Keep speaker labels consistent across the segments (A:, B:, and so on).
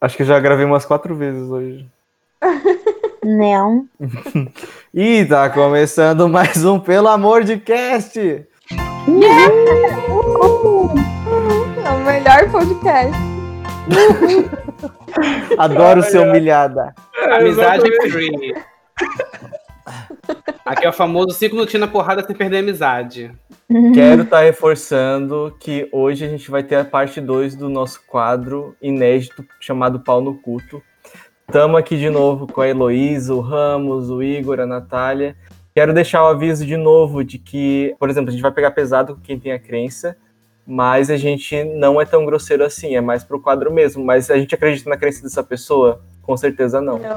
A: Acho que já gravei umas quatro vezes hoje.
B: Não.
A: E tá começando mais um Pelo Amor de Cast!
C: É o melhor podcast.
A: Adoro ser humilhada.
D: Amizade free. Aqui é o famoso 5 minutinhos na porrada sem perder a amizade.
A: Quero estar reforçando que hoje a gente vai ter a parte 2 do nosso quadro inédito chamado Pau no Culto. Tamo aqui de novo com a Heloísa, o Ramos, o Igor, a Natália. Quero deixar o aviso de novo de que, por exemplo, a gente vai pegar pesado com quem tem a crença, mas a gente não é tão grosseiro assim, é mais pro quadro mesmo. Mas a gente acredita na crença dessa pessoa? Com certeza não.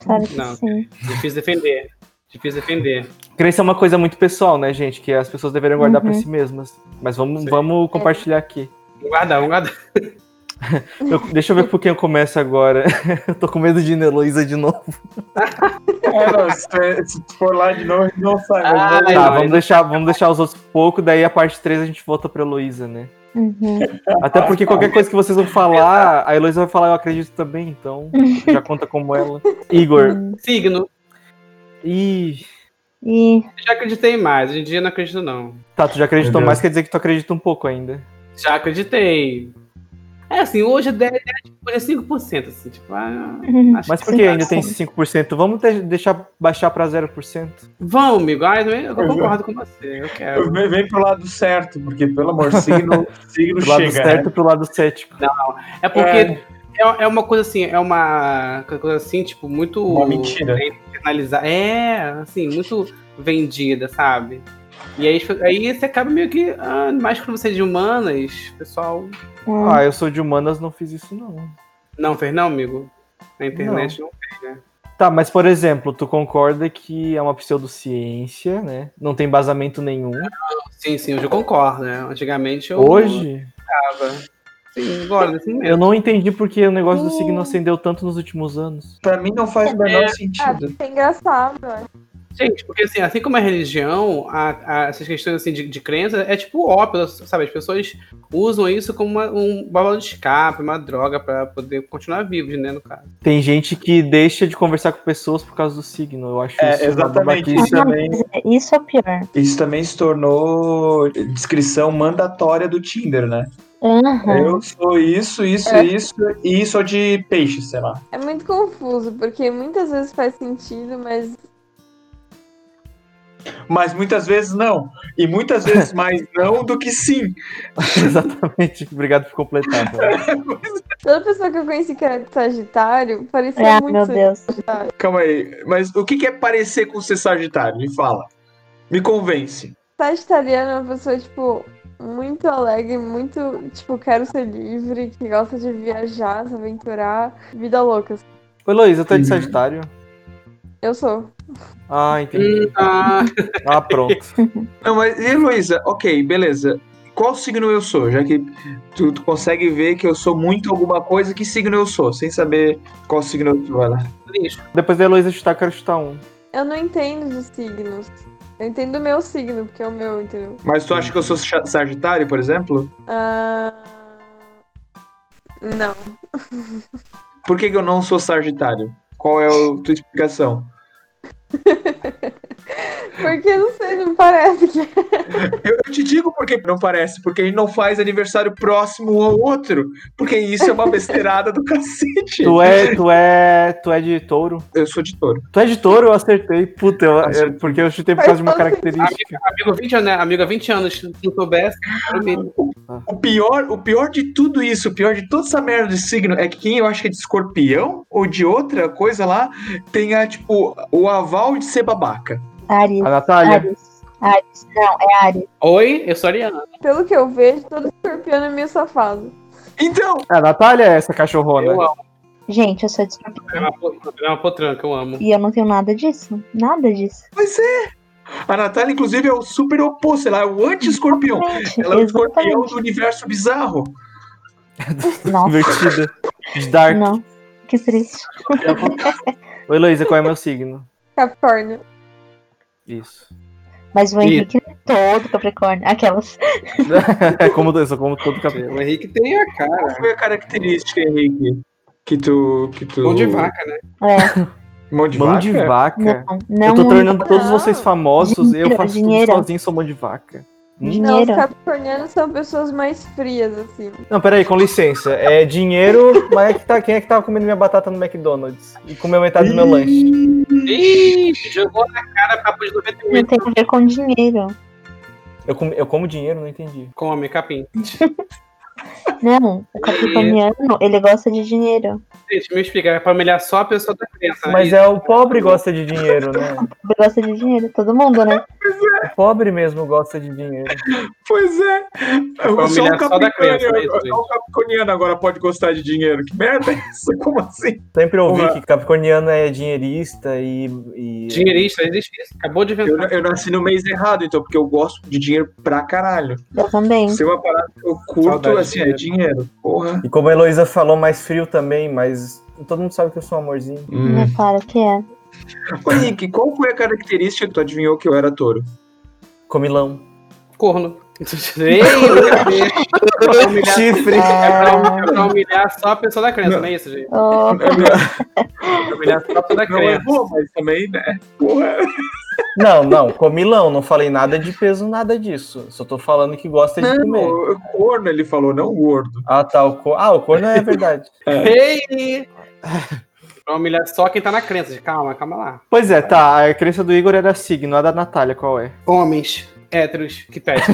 B: Claro que
D: Não.
B: sim.
D: Difícil defender. Difícil defender.
A: Crença é uma coisa muito pessoal, né, gente? Que as pessoas deveriam guardar pra
B: Uhum.
A: si mesmas. Mas vamos,
D: Sim.
A: vamos compartilhar aqui.
D: Vamos guardar, vamos guardar.
A: Eu- deixa eu ver por quem eu começo agora. eu tô com medo de ir na Heloísa de novo.
E: É, não, se, se tu for lá de novo, ele não sai.
D: Ah,
E: mas-
D: Ai,
A: tá,
D: Heloísa.
A: vamos deixar, vamos deixar os outros um pouco, daí a parte 3 a gente volta pra Heloísa, né?
B: Uhum.
A: Até
E: Tá.
A: porque qualquer coisa que vocês vão falar, a Heloísa vai falar, eu acredito também, então já conta como ela. Igor.
D: Signo.
A: Ih,
B: E
D: Já acreditei mais. Hoje em dia não acredito, não.
A: tá, tu já acreditou
E: Entendeu?
A: mais, quer dizer que tu acredita um pouco ainda.
D: Já acreditei. É assim, hoje é 10, 10 tipo, é 5%, assim, tipo, ah,
B: Uhum.
D: acho
A: Mas
D: que
A: por que ainda tem esse 5%? Vamos te- deixar baixar pra 0%?
D: Vão, amigo. Ai, não é- eu concordo com você. Eu quero.
E: Vem, vem pro lado certo, porque, pelo amor, signo, signo
A: Do lado
E: chega. né?
A: certo pro lado cético.
D: É porque é, é uma coisa assim, é uma coisa assim, tipo, muito.
E: é Uma mentira.
D: né, internalizar. É, assim, muito vendida, sabe? E aí, tipo, aí você acaba meio que. Ah, mais quando você é de humanas, o pessoal.
B: ah,
A: Ah, eu sou de humanas, não fiz isso não.
D: Não fez, não, amigo? Na internet não.
A: Tá, mas por exemplo, tu concorda que é uma pseudociência, né? Não tem embasamento nenhum.
D: Sim, sim, hoje eu concordo, né? Antigamente eu.
A: Hoje,
D: Tava. Sim, agora, assim nesse
A: eu
D: momento.
A: não entendi porque o negócio do
B: Hum.
A: signo acendeu tanto nos últimos anos.
E: Pra mim não faz o menor sentido.
C: Isso é engraçado. né?
D: Gente, porque assim, assim como a religião, a- a- essas questões assim, de, de crença é tipo ópio, sabe? As pessoas usam isso como uma- um balão de escape, uma droga pra poder continuar vivos, né, no caso.
A: Tem gente que deixa de conversar com pessoas por causa do signo. Eu acho isso
E: É,
A: uma babaquice.
E: exatamente. Isso também,
B: isso é o pior.
E: isso também se tornou descrição mandatória do Tinder, né?
B: Aham.
E: Eu sou isso, isso,
C: É.
E: isso, e sou de peixe, sei lá.
C: É muito confuso, porque muitas vezes faz sentido, mas
E: Mas muitas vezes não. E muitas vezes mais não do que sim.
A: Exatamente. Obrigado por completar. cara.
C: toda pessoa que eu conheci que era de Sagitário parecia
B: Ah,
C: é muito
B: meu Deus.
E: Calma aí, mas o que que é parecer com ser Sagitário? Me fala. Me convence.
C: Sagitariano é uma pessoa, tipo, muito alegre, muito, tipo, quero ser livre, que gosta de viajar, se aventurar. Vida louca. assim.
A: Ô, Heloísa,
E: Hum.
A: tu é de Sagitário?
C: Eu sou.
A: Ah, entendi.
D: Ah,
A: Ah, pronto.
E: Não, mas e Luísa, ok, beleza. Qual signo eu sou? Já que tu, tu consegue ver que eu sou muito alguma coisa, que signo eu sou? Sem saber qual signo eu né? sou. vai lá.
D: lixo.
A: Depois da Heloísa chutar, eu quero chutar um.
C: Eu não entendo de signos. Eu entendo o meu signo, porque é o meu, entendeu?
E: Mas tu acha que eu sou sa- Sagitário, por exemplo?
C: Ah, Não.
E: Por que, que eu não sou Sagitário? Qual é a tua explicação?
C: Porque não sei, não parece que
E: Eu, eu te digo por que não parece, porque a gente não faz aniversário próximo um ao outro. Porque isso é uma besteirada do cacete.
A: Tu é, tu é, tu é de touro?
E: Eu sou de touro.
A: Tu é de touro? Eu acertei. Puta, eu, eu- porque eu chutei por causa de uma característica.
D: Amigo, 20 anos, né? Amigo, há 20 anos, se não soubesse, era o mínimo.
E: O pior, o pior de tudo isso, o pior de toda essa merda de signo é que quem eu acho que é de escorpião ou de outra coisa lá tem a, tipo, o aval de ser babaca.
B: Ares.
A: A Natália?
B: Ares. Ares. Não, é Ares.
D: Oi, eu sou Ariana.
C: Pelo que eu vejo, todo escorpião é meio safado.
E: Então,
A: A Natália é essa cachorrona.
D: Eu amo.
B: Gente, eu sou de escorpião.
D: É uma, pot- é uma potranca, eu amo.
B: E eu não tenho nada disso. Nada disso.
E: mas é. A Natália, inclusive, é o super oposto, ela é o anti-escorpião.
B: Gente,
E: Ela é o escorpião
B: exatamente.
E: do universo bizarro.
B: Nossa,
A: Invertida. De Dark.
B: não. Que triste.
A: Oi, Heloísa, qual é meu signo?
C: Capricórnio.
A: Isso.
B: Mas o Henrique é todo Capricórnio. Aquelas.
A: É como, eu sou como todo cabelo.
D: O Henrique tem a cara.
E: Qual foi a característica, Henrique? Que tu. Que tu...
D: Mão de vaca, né?
B: É,
E: Mão de
A: Mão
E: vaca?
A: de vaca.
B: não, não é
A: eu tô
B: muito.
A: tornando todos
C: Não.
A: vocês famosos, eu
B: Dinheiro,
A: faço
B: dinheiro.
A: tudo sozinho, sou mão de vaca. Hum?
C: Não, os
B: Dinheiro.
C: capricornianos são pessoas mais frias, assim.
A: Não, peraí, com licença. É dinheiro, mas é que tá, quem é que tava comendo minha batata no McDonald's? E comeu metade do meu lanche.
D: Ih, jogou na cara papo de um. 98.
B: Não tem a ver com dinheiro.
A: Eu, com- eu como dinheiro, não entendi.
D: Come, capim.
B: Não, o capricorniano, ele gosta de dinheiro.
D: Gente, me explica, é pra humilhar só a pessoa da crença. né?
A: Mas é o pobre gosta de dinheiro, né?
B: Ele gosta de dinheiro, todo mundo, né?
A: O pobre mesmo gosta de dinheiro.
E: Pois é.
D: pra
E: Só
D: humilhar
E: um
D: só da criança, né,
E: capricorniano-
D: gente?
E: só um capricorniano agora pode gostar de dinheiro. Que merda é isso? Como assim?
A: Sempre ouvi
E: Porra.
A: que capricorniano é dinheirista e. e-
D: é Dinheirista, existe isso. Acabou de
E: Eu,
D: inventar.
E: eu nasci no mês errado, então, porque eu gosto de dinheiro pra caralho.
B: Eu também.
E: Se é uma parada que eu curto,
D: Saudade de
E: assim, é dinheiro. Porra.
A: E como a Heloísa falou, mais frio também, mas todo mundo sabe que eu sou um amorzinho.
D: Hum.
B: É claro que é.
E: Ô, Henrique, qual foi a característica que tu adivinhou que eu era touro?
A: Comilão.
D: Corno. Ei, capim. pra humilhar,
A: Chifre.
B: Ah,
D: é pra humilhar só a pessoa da crença, não, é isso, gente?
B: oh,
D: É Pra humilhar só a pessoa da
E: Não
A: é.
D: crença.
E: errou, mas também, né? Porra.
A: Não, não, comilão. Não falei nada de peso, nada disso. Só tô falando que gosta de comer.
E: Não, o corno ele falou, não gordo.
A: Ah, tá. O cor... Ah, o corno é verdade.
D: Ei! Pra humilhar só quem tá na crença, gente. Calma, calma lá.
A: pois é, tá. A crença do Igor era signo, a da Natália, qual é?
D: Homens héteros que testam.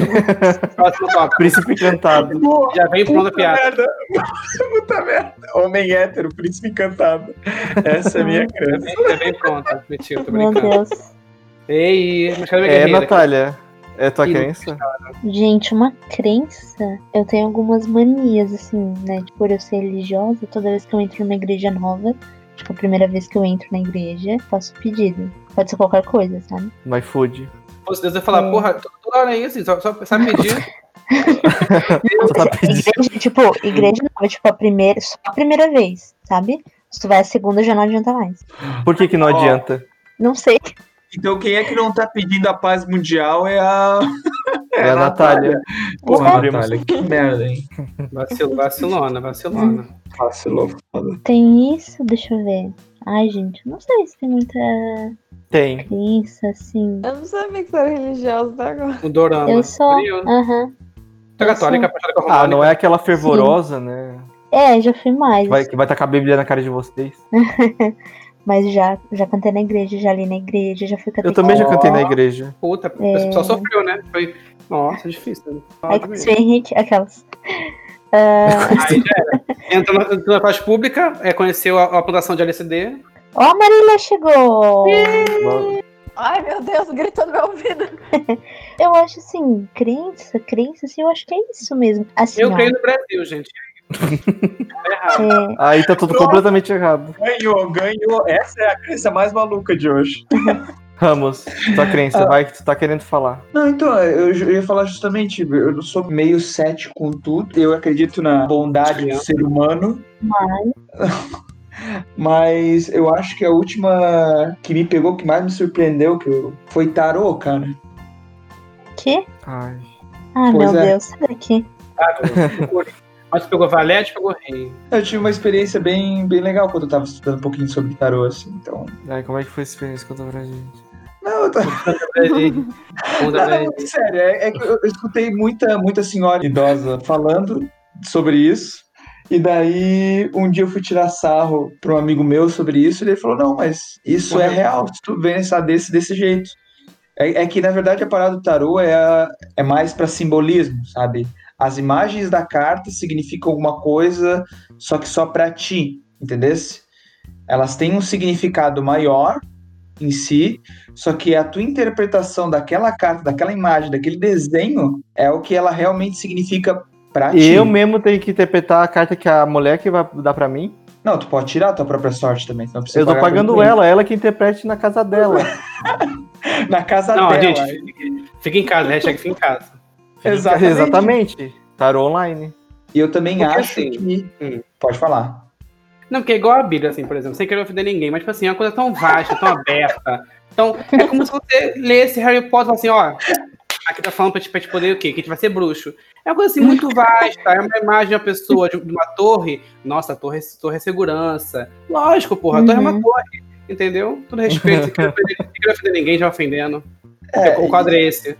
D: Próximo tópico.
A: Príncipe encantado.
E: Porra,
D: Já vem pronta a piada.
E: merda. Puta merda. Homem hétero, príncipe encantado. Essa é a minha
D: Já
E: crença.
D: vem, já vem pronta. Mentira, tô
B: meu
D: brincando.
B: Deus.
D: Ei, mas cadê minha
A: É,
D: guerreira?
A: Natália. É tua
D: Sim.
A: crença?
B: Gente, uma crença. Eu tenho algumas manias, assim, né? Tipo, por eu ser religiosa, toda vez que eu entro numa igreja nova, tipo, a primeira vez que eu entro na igreja, faço pedido. Pode ser qualquer coisa, sabe?
A: No iFood.
D: Se fosse Deus, eu ia falar,
A: Hum.
D: porra, to- toda hora é assim, só, só sabe pedir.
A: Só tá pedindo.
B: Igreja, tipo, igreja nova, tipo, a primeira, só a primeira vez, sabe? Se tu vai a segunda, já não adianta mais.
A: Por que, que não adianta?
B: Não sei.
E: Então quem é que não tá pedindo a paz mundial é a...
A: É a Natália.
E: Porra,
A: Ué.
E: Natália, que merda, hein?
D: Vacil, vacilona, vacilona.
E: Vacilou.
B: Tem isso, deixa eu ver. Ai, gente, não sei se tem muita É
A: Tem.
B: crença, assim.
C: Eu não sabia que você era religioso até agora.
D: O dorama.
B: Eu sou.
D: Curioso.
B: Aham.
D: Tu é
B: eu
D: católica,
B: sou.
D: apaixonada com
A: Ah, não é aquela fervorosa, né?
B: É, já fui mais.
A: Que vai, que vai tacar a Bíblia na cara de vocês.
B: Mas já, já cantei na igreja, já li na igreja, já fui
A: Eu também já
B: catequista.
A: cantei na igreja.
D: Puta, a pessoa sofreu, né? Foi, nossa, difícil. Né?
B: Aí
D: Nossa,
B: É. que
D: mesmo.
B: o Henrique, aquelas.
D: Aí já era. Entrou na, entrou na fase pública, é, conheceu a, a plantação de LCD.
B: Ó, a Marília chegou!
C: Ai, meu Deus, gritou no meu ouvido.
B: Eu acho assim, crença, crença, assim, eu acho que é isso mesmo. Assim,
D: Eu
B: ó,
D: creio no Brasil, gente. Tá errado.
B: é,
A: Aí tá tudo completamente errado.
E: Ganhou, ganhou. Essa é a crença mais maluca de hoje.
A: Ramos, tua
E: Ah.
A: crença, vai que tu tá querendo falar.
E: Não, então, eu, ju- eu ia falar justamente, eu não sou meio cético com tudo. Eu acredito na bondade do ser humano. Mas eu acho que a última que me pegou, que mais me surpreendeu, que eu- foi tarô, cara.
B: que?
A: Ai.
B: é, Ah,
E: Pois
B: meu
E: é.
B: Deus, sai daqui.
D: Mas tu pegou valete, pegou rei.
E: Eu tive uma experiência bem, bem legal quando eu tava estudando um pouquinho sobre tarô, assim. Então,
A: Ai, como é que foi essa experiência? Conta pra gente.
E: não, eu tô...
A: Uhum.
D: Conta pra
E: Não,
D: gente.
E: sério, é, é que eu eu escutei muita, muita senhora idosa falando sobre isso. E daí, um dia eu fui tirar sarro para um amigo meu sobre isso, e ele falou: Não, mas isso é real, se tu vê nessa desse, desse jeito. É, é que, na verdade, a parada do tarô é, a- é mais para simbolismo, sabe? As imagens da carta significam alguma coisa, só que só para ti, entendesse? Elas têm um significado maior em si, só que a tua interpretação daquela carta, daquela imagem, daquele desenho é o que ela realmente significa pra ti.
A: Eu mesmo tenho que interpretar a carta que a mulher que vai dar pra mim.
E: Não, tu pode tirar a tua própria sorte também. tu Não precisa
A: Eu tô
E: pagar pra
A: pagando
E: ninguém.
A: ela, ela que interprete na casa dela.
E: Na casa
D: Não,
E: dela.
D: gente, fica- fica em casa, hashtag fica em casa.
E: Exatamente.
A: Exatamente. Tarô online.
E: E eu também
D: Porque
E: acho
D: assim-
E: que.
D: Hum.
E: Pode falar.
D: Não, porque é igual a Bíblia, assim, por exemplo, sem querer ofender ninguém, mas, tipo assim, é uma coisa tão vasta, tão aberta. Então, é como se você lesse Harry Potter e falasse assim, ó, Aqui tá falando pra gente, pra gente poder o quê? Que a gente vai ser bruxo. É uma coisa assim muito vasta, é uma imagem de uma pessoa, de de uma torre. Nossa, a torre, é- torre é segurança. Lógico, porra, a torre é uma
B: Uhum.
D: torre. Entendeu? Todo respeito, se quer ofender, se quer ofender ninguém, já ofendendo.
E: É,
D: o quadro é esse.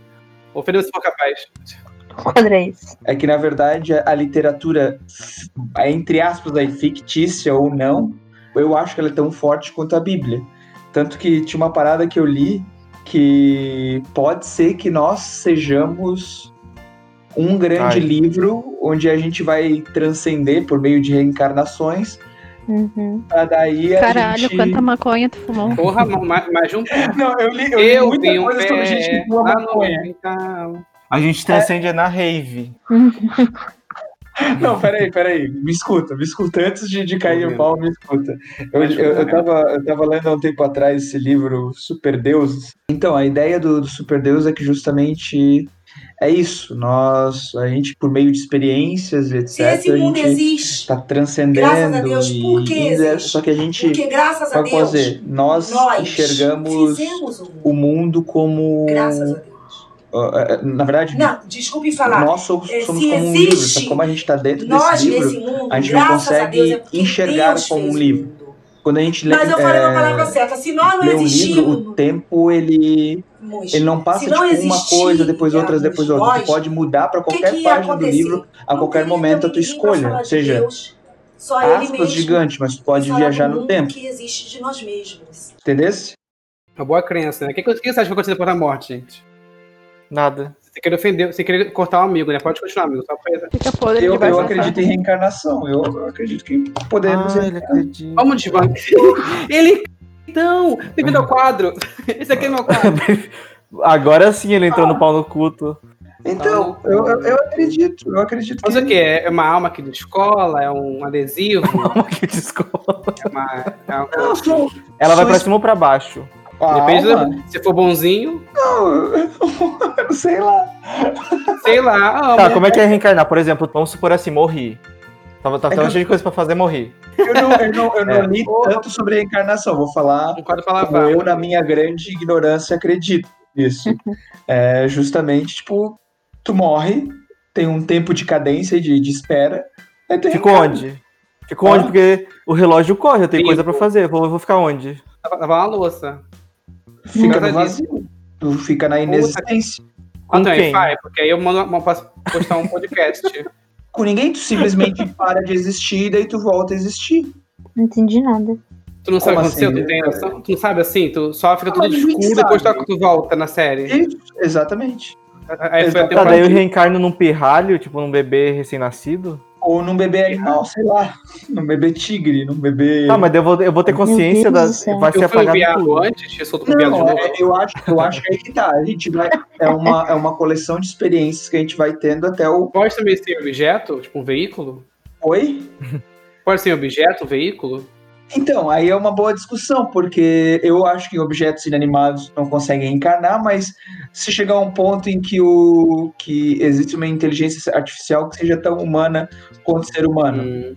D: Ofendendo se for capaz.
B: Quadro é esse.
E: É que, na verdade, a a literatura, é, entre aspas, aí, fictícia ou não, eu acho que ela é tão forte quanto a Bíblia. Tanto que tinha uma parada que eu li que pode ser que nós sejamos um
A: Ai.
E: grande livro onde a gente vai transcender por meio de reencarnações,
B: Uhum.
E: pra daí a
F: Caralho,
E: gente...
F: quanta maconha tu fumou.
E: Uhum.
D: Porra, ma- ma- mais de um pé.
E: Não, eu li, eu li
D: Eu
E: muita
D: vi um
E: coisa
D: pé
E: sobre gente que fuma
D: lá no
E: maconha.
D: quintal.
A: A
E: É.
A: gente transcende é na rave.
E: Não, peraí, peraí. Me escuta, me escuta. Antes de, de cair o
D: Ouvindo.
E: pau, me escuta. Eu,
D: Acho que
E: eu, eu,
D: tá
E: tava, eu tava lendo há um tempo atrás esse livro, Super Deuses. Então, a ideia do, do Super Deus é que justamente é isso. Nós, a gente, por meio de experiências e etc.,
G: Se esse
E: a
G: mundo
E: gente
G: existe,
E: tá transcendendo.
G: graças a Deus,
E: e
G: por que
E: indo-
G: existe?
E: Só que a gente,
G: porque graças a
E: como eu posso
G: Deus,
E: dizer, nós,
G: nós
E: enxergamos
G: fizemos o mundo.
E: o mundo como...
G: Graças a Deus.
E: Ah, ah, Na verdade,
G: Não, desculpe falar.
E: nós somos,
G: eh,
E: somos
G: se
E: como um
G: existe,
E: livro. sabe? Como a gente tá dentro
G: Nós
E: desse livro...
G: nesse mundo,
E: a gente não
G: graças a
E: consegue
G: Deus, é porque
E: enxergar
G: Deus
E: como um
G: fez o
E: livro.
G: mundo.
E: Quando a gente lê,
G: Mas eu falei
E: é,
G: uma palavra certa. Se nós não
E: lê um livro, o
G: existimos,
E: tempo ele,
G: Moisés,
E: ele não passa
G: Se não
E: tipo, uma
G: existir,
E: coisa, depois outras,
G: Deus,
E: depois outra.
G: nós,
E: Tu pode mudar para
G: o que,
E: qualquer
G: que ia
E: página do
G: acontecer?
E: livro, a
G: Não
E: qualquer
G: teria
E: momento a tua
G: ninguém pra
E: escolha.
G: falar
E: Ou
G: de
E: seja,
G: Deus, só ele mesmo.
E: aspas gigantes, mas tu pode
G: falar
E: viajar
G: do
E: no
G: mundo
E: tempo.
G: que existe de nós mesmos.
E: Entendesse?
D: Uma boa crença, né? O que, que você acha que vai acontecer depois da morte, gente?
A: Nada.
D: Você queria ofender, você queria cortar o amigo, né? Pode continuar, amigo. Só pra...
F: Fica podre
E: Eu,
F: de baixo
E: eu
F: pra
E: acredito em reencarnação. Eu, eu acredito que podemos.
A: Ah, ele acredita.
D: Vamos desvaiar. Ele. Então, bem-vindo ao quadro. Esse aqui é meu quadro.
A: Agora sim ele entrou no pau no culto.
E: Então, eu, eu, eu acredito. Eu acredito
D: Mas
E: que
D: o que? É uma alma aqui de escola? É um adesivo?
A: que desculpa.
D: É uma. é uma-
E: Não, sou-
A: Ela vai
E: Só
A: pra
E: isso-
A: cima ou pra baixo?
E: a
D: Depende
E: alma?
D: do- Se for bonzinho,
E: Não, eu não sei lá.
D: sei lá. a alma-
A: Tá, como é que é reencarnar? Por exemplo, vamos supor assim, morri. Tava, tava,
E: É
A: tava
E: que-
A: cheio de coisa pra fazer, morri.
E: Eu não, eu não, eu não
A: É.
E: li tanto sobre a encarnação. Vou falar
D: Um quadro pra
E: como
D: lavar.
E: eu, na minha grande ignorância, acredito nisso. É justamente, tipo, tu morre, tem um tempo de cadência e de, de espera. aí tu
A: Fico
E: reencarna.
A: onde? Fico onde?
E: Ah.
A: Porque o relógio corre, eu tenho
D: Vivo.
A: coisa pra fazer. Vou, vou ficar onde?
D: Lavar lavar uma louça.
E: Fica
D: Nada
E: no vazio. Tu fica na inexistência.
A: Com
D: ah, também,
A: quem?
D: vai, porque aí eu mando, uma- posso postar um podcast.
E: Com ninguém, tu simplesmente para de existir e daí tu volta a existir.
B: Não entendi nada.
D: tu não sabe o que
E: Como
D: aconteceu?
E: assim?
D: tu tem noção? Tu não sabe assim? Tu só fica
E: Ah,
D: tudo
E: mas ninguém
D: escuro e depois
E: sabe.
D: tu, tu volta na série.
E: Isso, exatamente.
D: Aí foi a
A: Tá,
E: Tá,
D: temporada.
A: daí eu reencarno num pirralho, tipo num bebê recém-nascido.
E: Ou num bebê animal, sei lá. Num bebê tigre, num bebê.
A: Tá, mas daí eu vou, eu vou ter consciência
B: Deus
A: da.
B: do céu.
A: Vai ser
D: Eu fui um
A: apagado
D: viado
A: tudo.
D: antes, eu sou um viado de
E: Não,
D: novo.
E: é- eu acho, eu acho que aí que tá. A gente vai, é, uma, é uma coleção de experiências que a gente vai tendo até o.
D: Pode também ser objeto, tipo um veículo?
E: Oi?
D: Pode ser um objeto, um veículo?
E: Então, aí é uma boa discussão, porque eu acho que objetos inanimados não conseguem encarnar, mas se chegar a um ponto em que, o, que existe uma inteligência artificial que seja tão humana quanto ser
A: Ah,
E: humano,
D: Hum,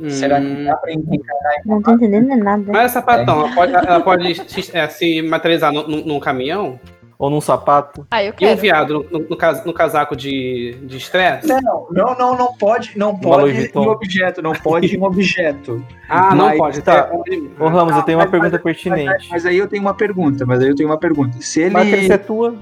D: hum.
E: será que dá É. pra encarnar?
B: Não tô entendendo nada.
D: Mas essa sapatão, ela pode, ela pode se, é, se materializar num- num num caminhão?
A: Ou num sapato.
F: Ah, eu
D: E um
F: quero.
D: viado no, no cas- no casaco de de estresse?
E: Não, não, não, não pode, não
A: Louis
E: pode em
A: Vuitton.
E: objeto, não pode em objeto.
D: ah, não
E: Mas,
D: pode.
A: tá.
D: Tem-
A: Ô Ramos, eu tenho uma
E: Ah, mas-
A: pergunta
E: Mas,
A: pertinente.
E: mas aí eu tenho uma pergunta, mas aí eu tenho uma pergunta. Se ele.
A: Vai crescer tua.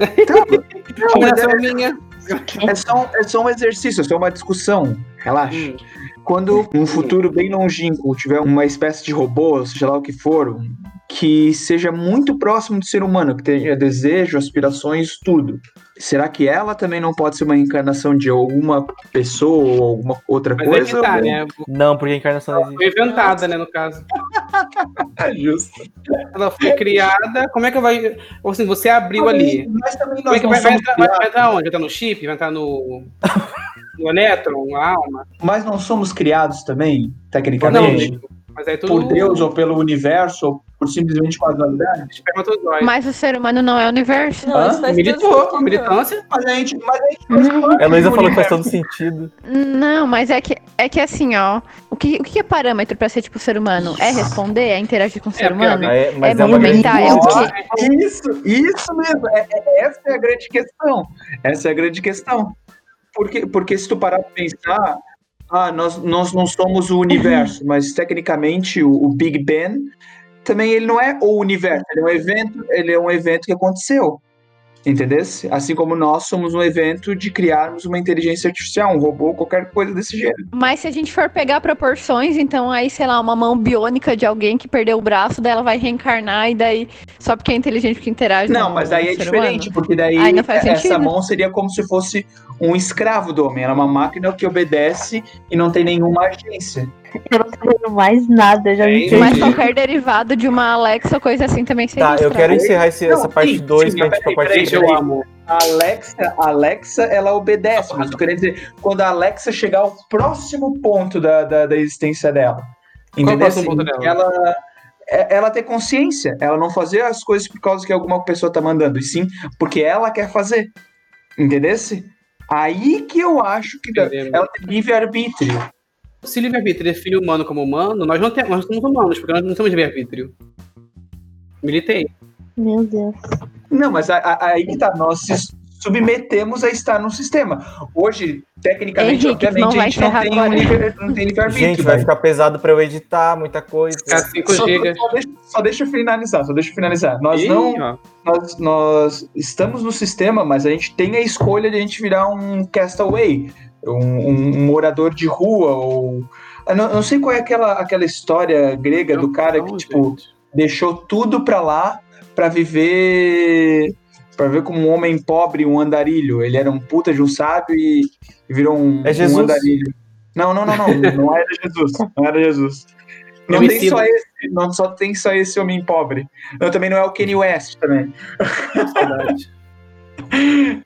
E: Não, mas
D: Combinação minha.
E: é, é só, um- é só um exercício, é só uma discussão. Relaxa.
D: Hum.
E: Quando um futuro bem longínquo tiver uma espécie de robô, seja lá o que for, um- que seja muito próximo do ser humano, que tenha desejo, aspirações, tudo. Será que ela também não pode ser uma encarnação de alguma pessoa ou alguma outra
D: Mas é
E: coisa?
D: que tá, né?
A: Não, porque a encarnação não existe.
D: Foi inventada, né, no caso.
E: É justo.
D: Ela foi criada. Como é que vai. ou Assim, você abriu ali.
E: Mas também
D: Como é
E: nós
D: que
E: não
D: vai, vai
E: somos
D: entrar, vai,
E: criados,
D: vai entrar onde? Vai entrar no chip? Vai entrar no. No elétron, a alma?
E: mas não somos criados também,
D: Não,
E: tecnicamente,
A: Também.
D: mas aí tudo.
E: por Deus ou pelo universo ou por simplesmente casualidade.
D: Espermatozoide.
F: Mas o ser humano não é o universo.
C: Não,
E: Hã?
C: isso faz todo
D: Militou,
C: sentido.
D: militância.
E: Mas a gente, mas a gente
A: A Heloísa falou que faz todo sentido.
F: Não, mas é que, é que assim, ó. O O que, o que é parâmetro pra ser, tipo, ser humano? É responder? É interagir com o ser
D: porque, ó,
F: humano?
A: Aí- mas
F: É
A: é, uma grande
F: movimentar, é o
A: questão.
F: quê?
E: Isso, isso mesmo. É- é- essa é a grande questão. Essa é a grande questão. Porque, porque se tu parar pra pensar, ah, nós, nós não somos o universo, mas tecnicamente o, o Big Bang também ele não é o universo, ele é um evento, ele é um evento que aconteceu. Entendesse? Assim como nós somos um evento de criarmos uma inteligência artificial, um robô, qualquer coisa desse gênero.
F: Mas se a gente for pegar proporções, então aí, sei lá, uma mão biônica de alguém que perdeu o braço, daí ela vai reencarnar e daí. Só porque é inteligente que interage.
E: Não,
F: com
E: mas
F: o
E: daí é
F: ser
E: diferente,
F: humano.
E: porque daí
F: Aí não faz
E: essa
F: sentido.
E: mão seria como se fosse um escravo do homem. Ela é uma máquina que obedece e não tem nenhuma agência.
B: Eu não tô vendo mais nada, eu já me
D: Entendi.
F: Mas qualquer derivado de uma Alexa ou coisa assim também seria.
A: Tá, eu
F: estranho.
A: quero encerrar esse-
E: Não,
A: essa
E: sim,
A: parte
E: sim,
A: 2 pra gente
E: mas
A: ir pra
E: peraí, peraí,
A: parte
E: deixa eu-
A: três.
D: amo.
E: A Alexa, a Alexa, ela obedece, mas tu quer dizer, quando a Alexa chegar ao próximo ponto da, da, da existência dela.
D: Qual é o
E: Entendeu? Assim,
D: próximo ponto dela?
E: Ela, é- ela ter consciência, ela não fazer as coisas por causa que alguma pessoa tá mandando, e sim porque ela quer fazer. Entendesse? Aí que eu acho que dá-
D: Entendemos.
E: ela tem É um livre-arbítrio.
D: Se livre-arbítrio define o humano como humano, nós não temos, nós somos humanos, porque nós não temos livre-arbítrio. Militei.
B: Meu Deus.
E: Não, mas a- a- aí que tá, nós se submetemos a estar num sistema. Hoje, tecnicamente,
F: Henrique, não
E: obviamente, a
F: vai
E: gente não
F: ferrar
E: tem, um
F: agora.
E: livre- não tem livre-arbítrio.
A: Gente, vai
E: velho.
A: ficar pesado pra eu editar muita coisa.
D: Ficar 5
E: Só,
D: GB.
E: só deixa, só deixa eu finalizar, só deixa eu finalizar. Nós não, nós, nós estamos no sistema, mas a gente tem a escolha de a gente virar um castaway, um, um morador de rua, ou... Eu não, eu não sei qual é aquela, aquela história grega do cara que, tipo, deixou tudo pra lá pra viver para ver como um homem pobre, um andarilho. Ele era um puta de um sábio e e virou um,
A: É
E: um
A: Jesus?
E: andarilho. Não, não, não, não, não era Jesus, não era Jesus. Não tem
D: Emicida.
E: só esse, não só tem só esse homem pobre. Não, também não é o Kanye West também.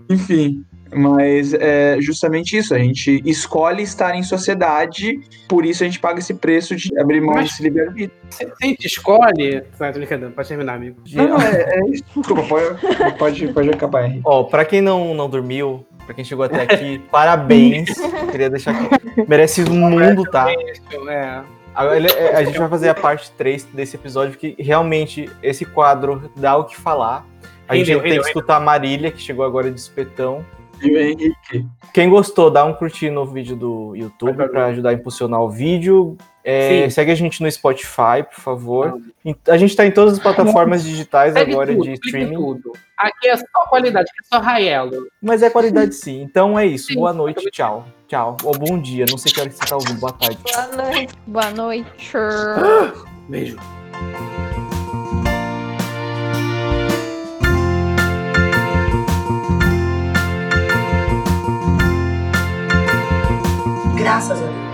E: Enfim, mas é justamente isso. A gente escolhe estar em sociedade, por isso a gente paga esse preço de abrir mão
D: Mas-
E: desse livre-arbítrio.
D: Se se a gente escolhe. Vai, tô brincando, pode terminar, amigo.
A: Gente,
E: Não, não, é, é isso. Desculpa, pode, pode, pode acabar, Henrique.
A: Ó, pra quem não, não dormiu, pra quem chegou até aqui, parabéns. Queria deixar aqui. Merece o mundo, tá?
D: É.
A: Agora, ele- é, a gente vai fazer a parte 3 desse episódio, que realmente esse quadro dá o que falar. A gente
D: Rendeu,
A: tem
D: rendeu,
A: que escutar a Marília, que chegou agora de espetão.
E: E o Henrique.
A: Quem gostou, dá um curtir no vídeo do YouTube pra ajudar a impulsionar o vídeo. É,
D: Sim.
A: segue a gente no Spotify, por favor. Em- A gente tá em todas as plataformas digitais
D: Pegue
A: agora
D: tudo,
A: de
D: clique
A: streaming.
D: tudo. Aqui é só qualidade, aqui é só raelo.
A: Mas é qualidade sim. Então é isso.
D: Sim.
A: Boa noite, tchau. Tchau. Ou bom dia. Não sei que hora que você tá ouvindo. Boa tarde.
C: Boa noite.
F: Boa noite.
D: Beijo.
G: Graças a Deus.